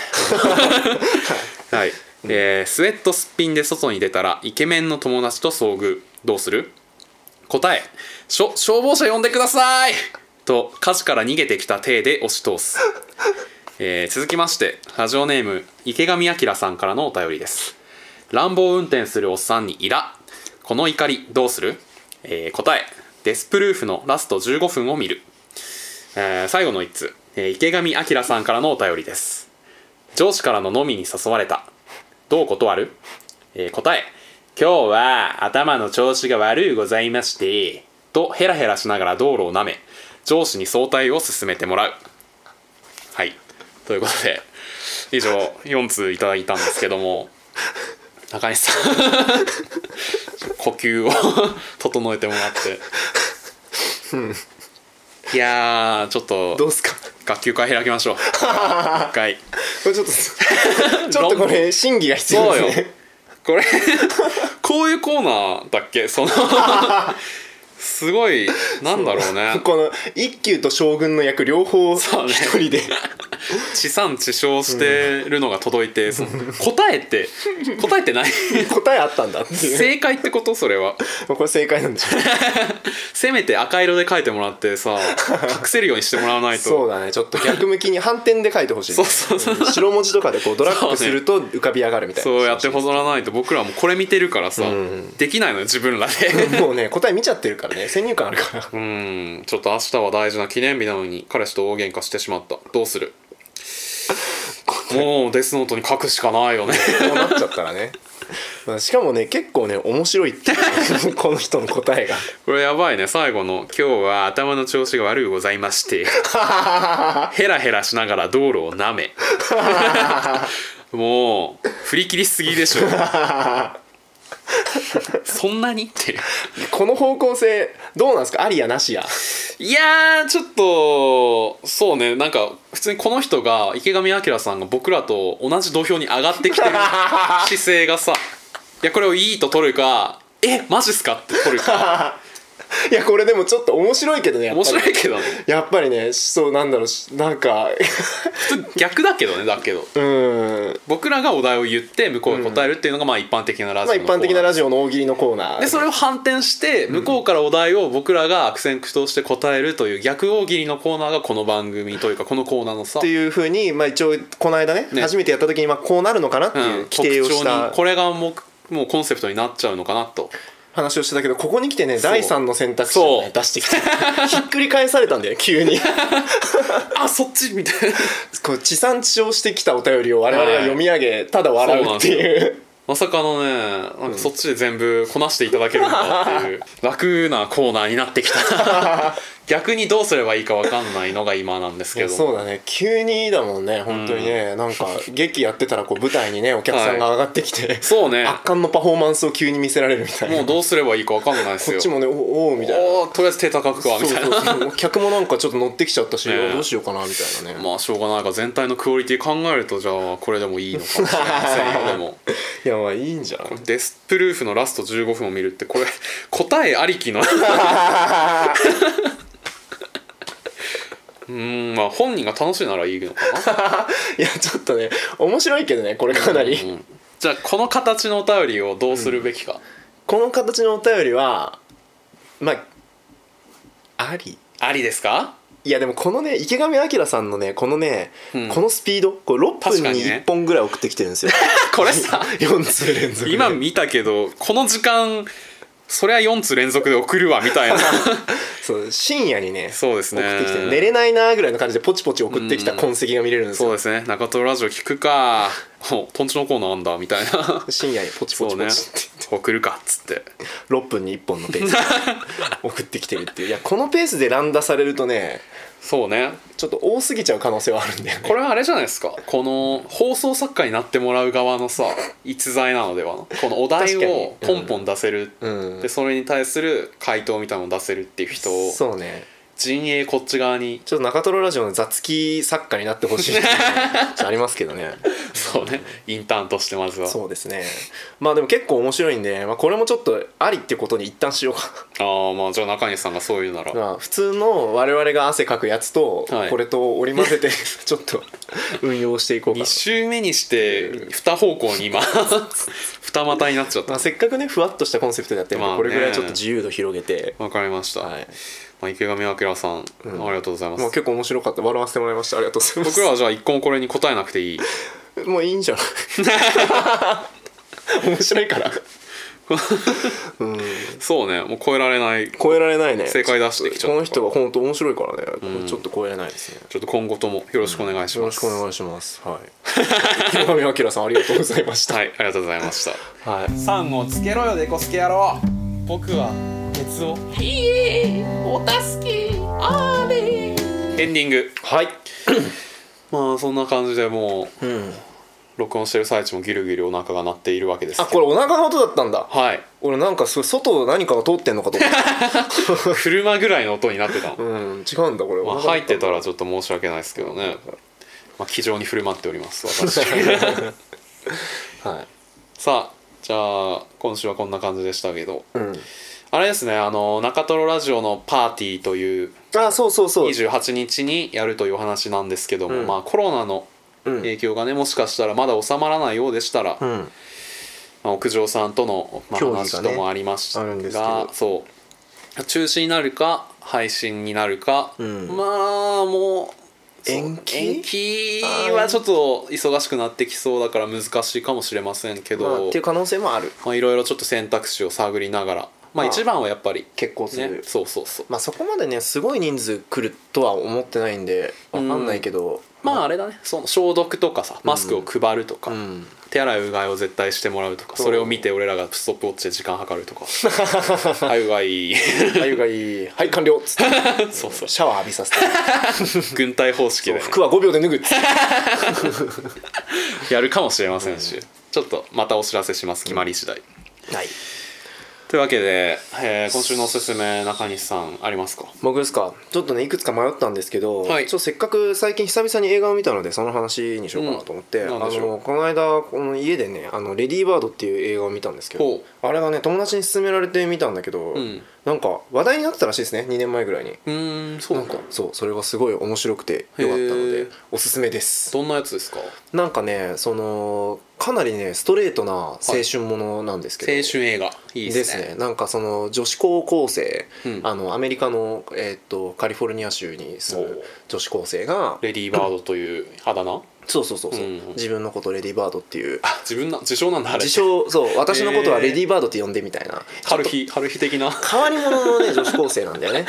はい、えースウェットすっぴんで外に出たらイケメンの友達と遭遇どうする答えしょ消防車呼んでくださいと火事から逃げてきた体で押し通す、えー続きましてラジオネーム池上彰さんからのお便りです乱暴運転するおっさんにイラこの怒りどうする、えー答えデスプルーフのラスト15分を見る、えー最後の1通、えー池上彰さんからのお便りです上司からの飲みに誘われたどう断る、えー答え今日は頭の調子が悪いございましてとヘラヘラしながら道路を舐め上司に早退を進めてもらうはいということで以上4通いただいたんですけども中西さん呼吸を 整えてもらっていやーちょっ
どう
と
すか
学級会開きましょう一回
これちょっと ちょっとこれ審議が必要
そう
で
よ
すね
これこういうコーナーだっけそのすごいなんだろうね
この一級と将軍の役両方
そうね
一人で
地産地消してるのが届いて、その答えて答えて ない
答えあったんだっていう
正解ってことそれは
これ正解なんでしょう
せめて赤色で書いてもらってさ隠せるようにしてもらわないと
そうだねちょっと逆向きに反転で書いてほしいね
そうそうそう
白文字とかでこうドラッグすると浮かび上がるみたいな
そうやって保存らないと僕らもこれ見てるからさ、
うん
できないのよ自分らで
もうね答え見ちゃってるからね先入観あるから
うんちょっと明日は大事な記念日なのに彼氏と大喧嘩してしまったどうするもうデスノートに書くしかないよね
こうなっちゃったらねまあしかもね結構ね面白いって この人の答えが
これやばいね最後の「今日は頭の調子が悪いございま して」ヘラヘラしながら道路を舐 めもう振り切りすぎでし ょそんなにっていう
この方向性どうなんですかありやなしや
いやーちょっとそうねなんか普通にこの人が池上彰さんが僕らと同じ土俵に上がってきてる姿勢がさ いやこれをいいと取るかえマジっすかって取る か
いやこれでもちょっと面白いけどねやっぱ
面
り
白いけどね
やっぱりねそうなんだろうしなんか
普通逆だけどねだけど
うん
僕らがお題を言って向こうが答えるっていうのがまあ一般的なラジ
ま
オの
あ
コー
一
ナー
般的なラジオの大喜利のコーナー
でそれを反転して向こうからお題を僕らが悪戦苦闘して答えるという逆大喜利のコーナーがこの番組というかこのコーナーのさ
っていうふうに、まあ、一応この間ね
ね
初めてやった時にまあこうなるのかなっていう規定を
特
し
徴
た
にこれがもうもうコンセプトになっちゃうのかなと
話をしてたけどここに来てね
そう
第三の選択肢を、
そう
ね、出して きてひっくり返されたんだよ急に
あそっちみたいな
こう地産地消してきたお便りを我々が読み上げただ笑うっていう
まさかのねなんかそっちで全部こなしていただけるんだっていう 楽なコーナーになってきた逆にどうすればいいか分かんないのが今なんです
い
け
や
ど
そうだね急にだもんね本当にね、なんか劇やってたらこう舞台にねお客さんが上がってきて、
そうね
圧巻のパフォーマンスを急に見せられるみたいな
もうどうすればいいか分かんないです
こ
よ
っちもねおおーみたいな
おーとりあえず手高くかみたいな
そう そうそう客もなんかちょっと乗ってきちゃったし、
ね
どうしようかなみたいなね、
まあしょうがないか全体のクオリティ考えるとじゃあこれでもいいのかもしれません よでも
いやまあいいん じゃない
デスプルーフのラスト15分を見るってこれ 答えあり きのうーんまあ本人が楽しいならいいのかな、
いやちょっとね面白いけどねこれかなり、
うんじゃあこの形のお便りをどうするべきか、
この形のお便りはまああり
ありですか
いやでもこのね池上彰さんのねこのね、
うん
このスピードこれ6
確か
分
に
に
ね
1本ぐらい送ってきてるんですよ
こ れさ
4通連続で
今見たけどこの時間そりゃ4通連続で送るわみた いな
そう深夜にね
そうですね
送ってきて寝れないなーぐらいの感じでポチポチ送ってきた痕跡が見れるんです
そう
よ、
ですね中トロラジオ聞くかおとんちのコーナーあんだみたいな
深夜にポチポ
そ
チ
う
ポ
ね
チって、
送るかっつって
6分に1本のペ ースで送ってきてるっていういやこのペースで乱打されるとね
そうね
ちょっと多すぎちゃう可能性はあるんだよね
これはあれじゃないですかこの放送作家になってもらう側のさ逸材なのではなこのお題を
確
ポ
か
ン
に
ポン出せる、
うん
でそれに対する回答みたいなのを出せるっていう人を
そうね
陣営こっち側に
ちょっと中トロラジオの雑記作家になってほしいっていうの はちょっとありますけどね
そうねインターンとしてまずは
そうですねまあでも結構面白いんで、まあ、これもちょっとありってことに一旦しようか
ああまあじゃあ中西さんがそういうなら
まあ普通の我々が汗かくやつと
はい
これと織り交ぜて ちょっと運用していこうか
2
な、
週目にして2方向に今 二股になっちゃっ
ま
た
あ、せっかくねふわっとしたコンセプトでやってるん
まあ
で
ね
これぐらいちょっと自由度広げて、
わかりました、
はい、
まあ、池上彰さん、
ん
ありがとうございます
もう結構面白かった笑わせてもらいましたありがとうございます
僕らはじゃあ一個もこれに答えなくてい い
もういいんじゃない 面白いからうん
そうねもう超えられない
超えられないね
正解出してきちゃった
この人は本当面白いからね、
ん
ちょっと超えれないですね
ちょっと今後ともよろしくお願いし
よろ
ま
し
す、
くお願いしますはい山上明さんありがとうございました
はいありがとうございました
はい
さんをつけろよデコスケ野郎僕はケツを
いいえお助けあれ
エンディング
はい、
まあそんな感じでもう
うん、
録音してる最中もギルギルお腹が鳴っているわけです
あこれお腹の音だったんだ
はい
俺なんかすごい外何かが通ってんのかと思った
車ぐらいの音になっ てたの
うん違うんだこれ、
まあ、
お腹
入っ
だん
て
だ
たらちょっと申し訳ないですけどね、まあ、気丈に振る舞っております 私
はい、
さあじゃあ今週はこんな感じでしたけど
うん、
あれですねあの中トロラジオのパーティーという
あそうそうそう、
28日にやるというお話なんですけども、
うん
まあコロナの
うん
影響がねもしかしたらまだ収まらないようでしたら、
うん、
まあ、屋上さんとの、まあ、
協議がね
話ともありました
あるんですけ
が
ど
そう中止になるか配信になるか、
うん
まあもう
延期
そう延期はちょっと忙しくなってきそうだから難しいかもしれませんけ
まあ
ど
っていう可能性もある
まあいろいろちょっと選択肢を探りながらま
ま
あ
あ
一番はやっぱり、
結構する、
ね、そうそうそう
まあそこまでねすごい人数来るとは思ってないんでわかんないけど、
まああれだねその消毒とかさマスクを配るとか、
うん
手洗いうがいを絶対してもらうとか
そう
それを見て俺らがストップウォッチで時間計る とかあいうがいい
あゆがいいはい完了っつって
そうそう
シャワー浴 びさせて
軍隊方式でね、
服は5秒で脱ぐっつって
やるかもしれませんし、ちょっとまたお知らせします決まり次第、
はい
というわけで、えー今週のおすすめ中西さんありますか
僕ですかちょっとねいくつか迷ったんですけど、
はい
ちょっとせっかく最近久々に映画を見たのでその話にしようかなと思って、
うん
あ
なんでしょう
のこの間この家でね「あのレディーバード」っていう映画を見たんですけど
ほ
あれがね友達に勧められて見たんだけど、
うん
なんか話題になってたらしいですね2年前ぐらいに。
うーんそう
なんかそうそれがすごい面白くてよかったの
へ
で
ー
おすすめです
どんなやつですか青
なんかねそのかなりねストレートな青春ものなんですけど、
春映画いい
で
ですす
ね
ね
なんかその女子高校生、
うん
あのアメリカの、えーっとカリフォルニア州に住
おう
む女子高生が
レディーバードというあだ名
そうそうそうそう、
うんうん
自分のことをレディーバードっていう
あ自分な自称なんだあれ
自称そう私のことはレディーバードって呼んでみたいな、
春日春日的 な
変わり者の ね女子高生なんだよね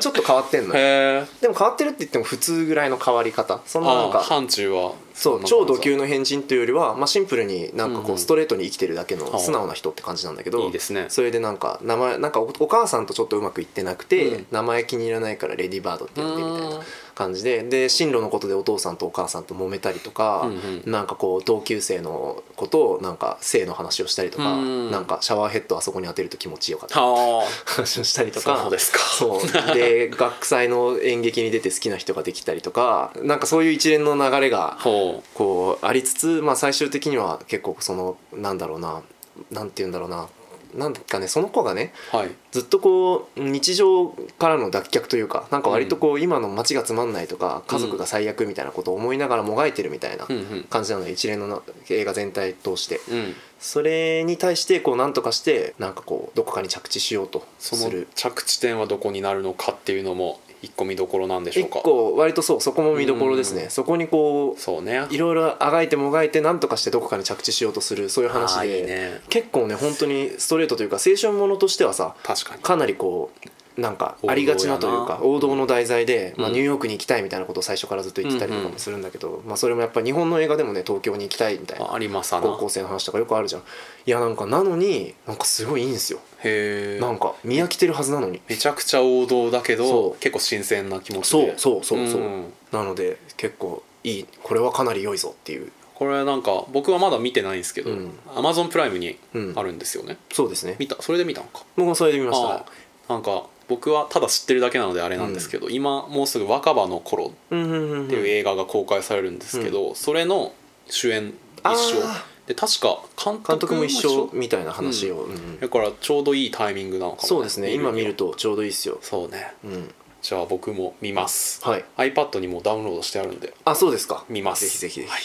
ちょっと変わってんのよ
へえ
でも変わってるって言っても普通ぐらいの変わり方そんななん
あ
か
範疇は
そう
そん
超
な感
ド
じ
級の変人というよりは、まあ、シンプルになん
う
か
んう
こ
ん
うストレートに生きてるだけの
あ
素直な人って感じなんだけ
い
ど
いですね
それでなんか名前なんかおお母さんとちょっとうまくいってなくて、
うん
名前気に入らないからレディーバードって呼んでみたいな
うーん
感じでで進路のことでお父さんとお母さんと揉めたりとか、
うんう
なんかこう同級生のことをなんか性の話をしたりとか、
うん
なんかシャワーヘッドあそこに当てると気持ちよかった
は
話をしたりとか
そうですか
そうで学祭の演劇に出て好きな人ができたりとかなんかそういう一連の流れが
あほ
こうありつつ、まあ、最終的には結構そのなんだろうななんて言うんだろうななんかねその子がね
うはい
ずっとこう日常からの脱却というかなんか割とこう、今の街がつまんないとか家族が最悪みたいなことを思いながらもがいてるみたいな
うんうん
感じなので、一連のな映画全体通して
うん
それに対してこうなんとかしてなんかこうどこかに着地しようとす
その
る
着地点はどこになるのかっていうのも一個見どころなんでしょ
結
うか
構割とそうそこも見どころですね、
う
そこにこう
そうね
いろいろあがいてもがいてなんとかしてどこかに着地しようとするそういう話
あー
で
いいね
結構ね本当にストレートというか青春ものとしてはさ
確かに
かなりこうなんかありがちなというか
王
王
道やな
道の題材で、
うん
まあ、ニューヨークに行きたいみたいなことを最初からずっと言ってたりと
う
か
んうん
もするんだけど、まあ、それもやっぱ日本の映画でもね東京に行きたいみたいな
ありますな
高校生の話とかよくあるじゃんいやなんかなのになんかすごいいいんですよ
へえ
なんか見飽きてるはずなのに
めちゃくちゃ王道だけ
そ
ど
う
結構新鮮な気持ち
そう
で
そうそうそう、
ん
なので結構いいこれはかなり良いぞっていう
これなんか僕はまだ見てないんですけど
うん
アマゾンプライムにあるんですよね
そうですね
見たそれで見たのか
僕もそれで見ました
あなんか僕はただ知ってるだけなのであれなんですけど、今もうすぐ「若葉の頃」っ
うんうんうん
ていう映画が公開されるんですけど、それの主演一緒
あ
で確か監督
監督も一緒みたいな話を、うんうん
だからちょうどいいタイミングなのかも
そうですね
見るに
今
は
見るとちょうどいいですよ、
そうね
うん、
じゃあ僕も見ます、
はい
iPad にもうダウンロードしてあるんで
あそうですか
見ます
ぜひぜひ、
はい、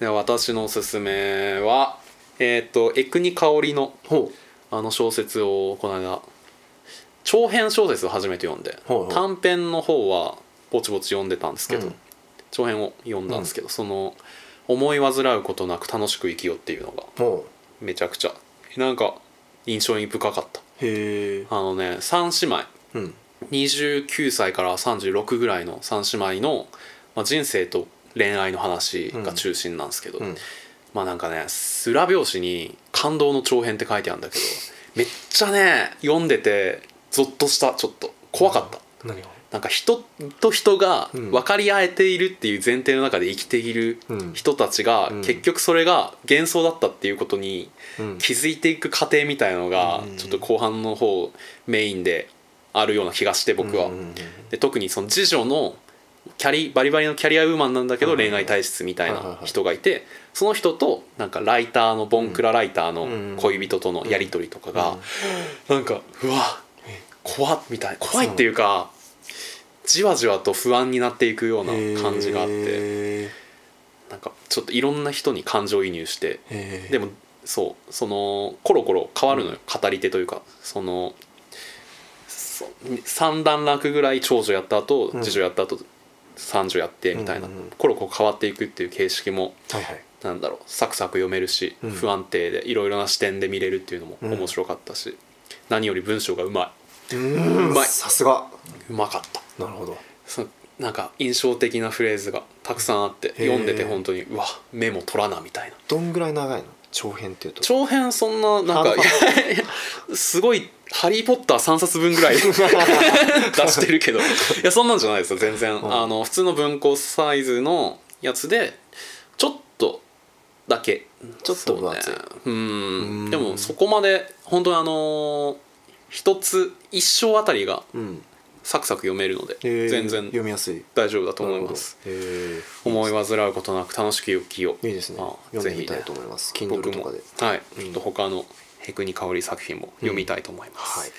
では私のおすすめはえっ、と江国香織の
ほ
あの小説をこの間長編小説を初めて読んで、
ほうほう
短編の方はぼちぼち読んでたんですけど、
うん
長編を読んだんですけど、その「思い煩うことなく楽しく生きよ」っていうのが
うほ
めちゃくちゃなんか印象に深かった
うへえ
あのね3姉妹
うん
29歳から36ぐらいの3姉妹の、まあ、人生と恋愛の話が中心なんですけど、
うん
まあなんかねすら拍子に「感動の長編」って書いてあるんだけどめっちゃね読んでてゾッとしたちょっと怖かった。
何が
なんか人と人が
うん
分かり合えているっていう前提の中で生きている
うん
人たちが
うん
結局それが幻想だったっていうことに
うん
気づいていく過程みたいのが
うん
ちょっと後半の方メインであるような気がして僕は
うんうんうん
で特にその次女のキャリバリバリのキャリアウーマンなんだけど
はいはい
恋愛体質みたい
はいはい
な
はい
人がいてその人となんかライターのボンクラライター
うん
の恋人とのやり取りとかがなんかうわ怖っみたいな怖いっていうかじわじわと不安になっていくような感じがあって
へ
なんかちょっといろんな人に感情移入して
え
でもそうそのコロコロ変わるのよ、語り手というかそのそ三段落ぐらい長女やった後
うん
次女やった後、三女やってみたいな、
うんうんうん
コロコロ変わっていくっていう形式も
はいはい
なんだろうサクサク読めるし、
うん
不安定でいろいろな視点で見れるっていうのも
うん
面白かったし、何より文章がうま
うん
うまい
さすが
いうまかった
なるほど
そなんか印象的なフレーズがたくさんあって
へー
読んでて本当にうわメモ取らなみたいな
どんぐらい長いの長編っていうと
長編そんななん
あ
か
の
いやいや すごい「ハリー・ポッター」3冊分ぐらい 出してるけどいやそんなんじゃないですよ全然、
うん
あの普通の文庫サイズのやつでちょっとだけ
ちょっと分厚い
そうねうん
うん
でもそこまで本当にあのー一つ一章あたりが
うん
サクサク読めるので、
へえ
全然
読みやすい
大丈夫だと思います
なるほどへ
思い煩うことなく楽しく生きよう
えいいですね
あ
読んでみた
ぜ
い
ひ
と思います Kindle
僕
と
も
かで
はい、
うん
ちょっと他のヘクニカオリ作品も読みたいと思います、
はい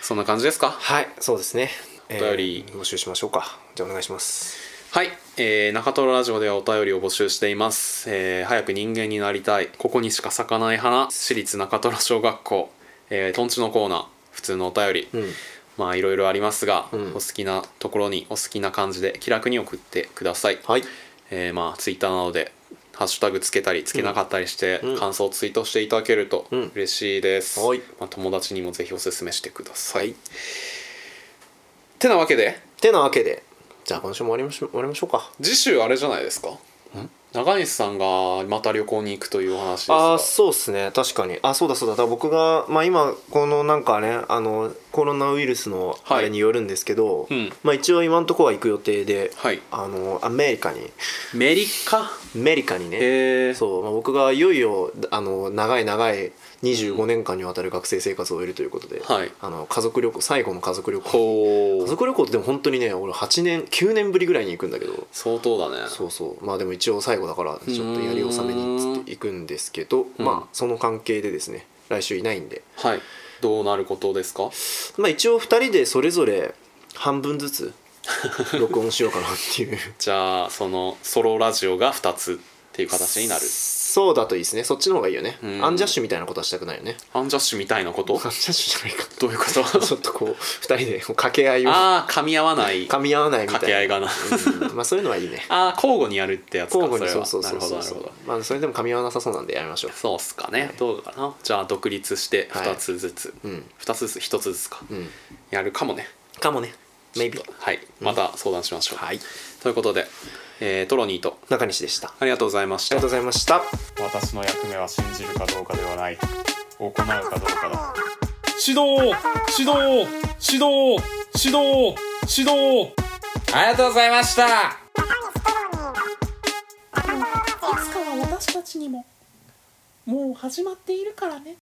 そんな感じですか
はいそうですねえー
お便り
募集しましょうかじゃあお願いします
はい、えー中トロラジオではお便りを募集しています、えー早く人間になりたいここにしか咲かない花私立中トロ小学校、えー、とんちのコーナー普通のお便り、
うん
まあいろいろありますが、
うん
お好きなところにお好きな感じで気楽に送ってください、
はい
えーまあツイッターなどでハッシュタグつけたりつけなかったりして
うん
感想をツイートしていただけると
うん
嬉しいです、
はい
まあ、友達にもぜひお勧めしてください、てなわけで
てなわけでじゃあ今週も終わりましょう終わりましょうか
次週あれじゃないですか中西さんがまた旅行に行くというお話です
あ
が
ーそうですね確かにあそうだそうだだから僕が、まあ、今このなんかねあのコロナウイルスの
はい
あれによるんですけど、
うん
まあ、一応今のところは行く予定で、
はい
あのアメリカに
メリカ
アメリカにね、
えー、
そう、まあ、僕がいよいよあの長い長い25年間にわたる学生生活を終えるということで、
はい
あの家族旅行最後の家族旅行
ほ
家
う
族旅行ってでも本当にね俺8年9年ぶりぐらいに行くんだけど
相当だね
そうそうまあでも一応最後だからちょっとやり納めにっつって行くんですけど
うん
まあその関係でですね来週いないんで
はいどうなることですか
まあ一応2人でそれぞれ半分ず つ録音しようかなっていう
じゃあそのソロラジオが2つっていう形になる
そうだといいですねそっちの方がいいよね
うん
アンジャッシュみたいなことはしたくないよね
アンジャッシュみたいなこ
アン
と
ジャッシュじゃないか
どういうこと
ちょっとこう2人で掛け合いを
ああ噛み合わない
噛
掛
み合わないみたいな
け合いがな
うんまあそういうのはいいね
ああ交互にやるってやつか
交互に
それ
そう
は
そうそうそう
なるほどなる
そ
ほど
まあそれでも噛み合わなさそうなんでやりましょう
そうっすかね、どうかなじゃあ独立して
はい
2つずつ、
うん
2つずつ1つずつか、
うん
やるかもね
かもね maybe
はいまた相談しましょう、
はい
ということで、えートロニーと
中西でしたあ
ありがとうございまし
り
た
がとうございました
私の役目は信じるかどうかではない行うかどうかだ
指導指導指導指導指導ありがとうございました
私たちにももう始まっているからね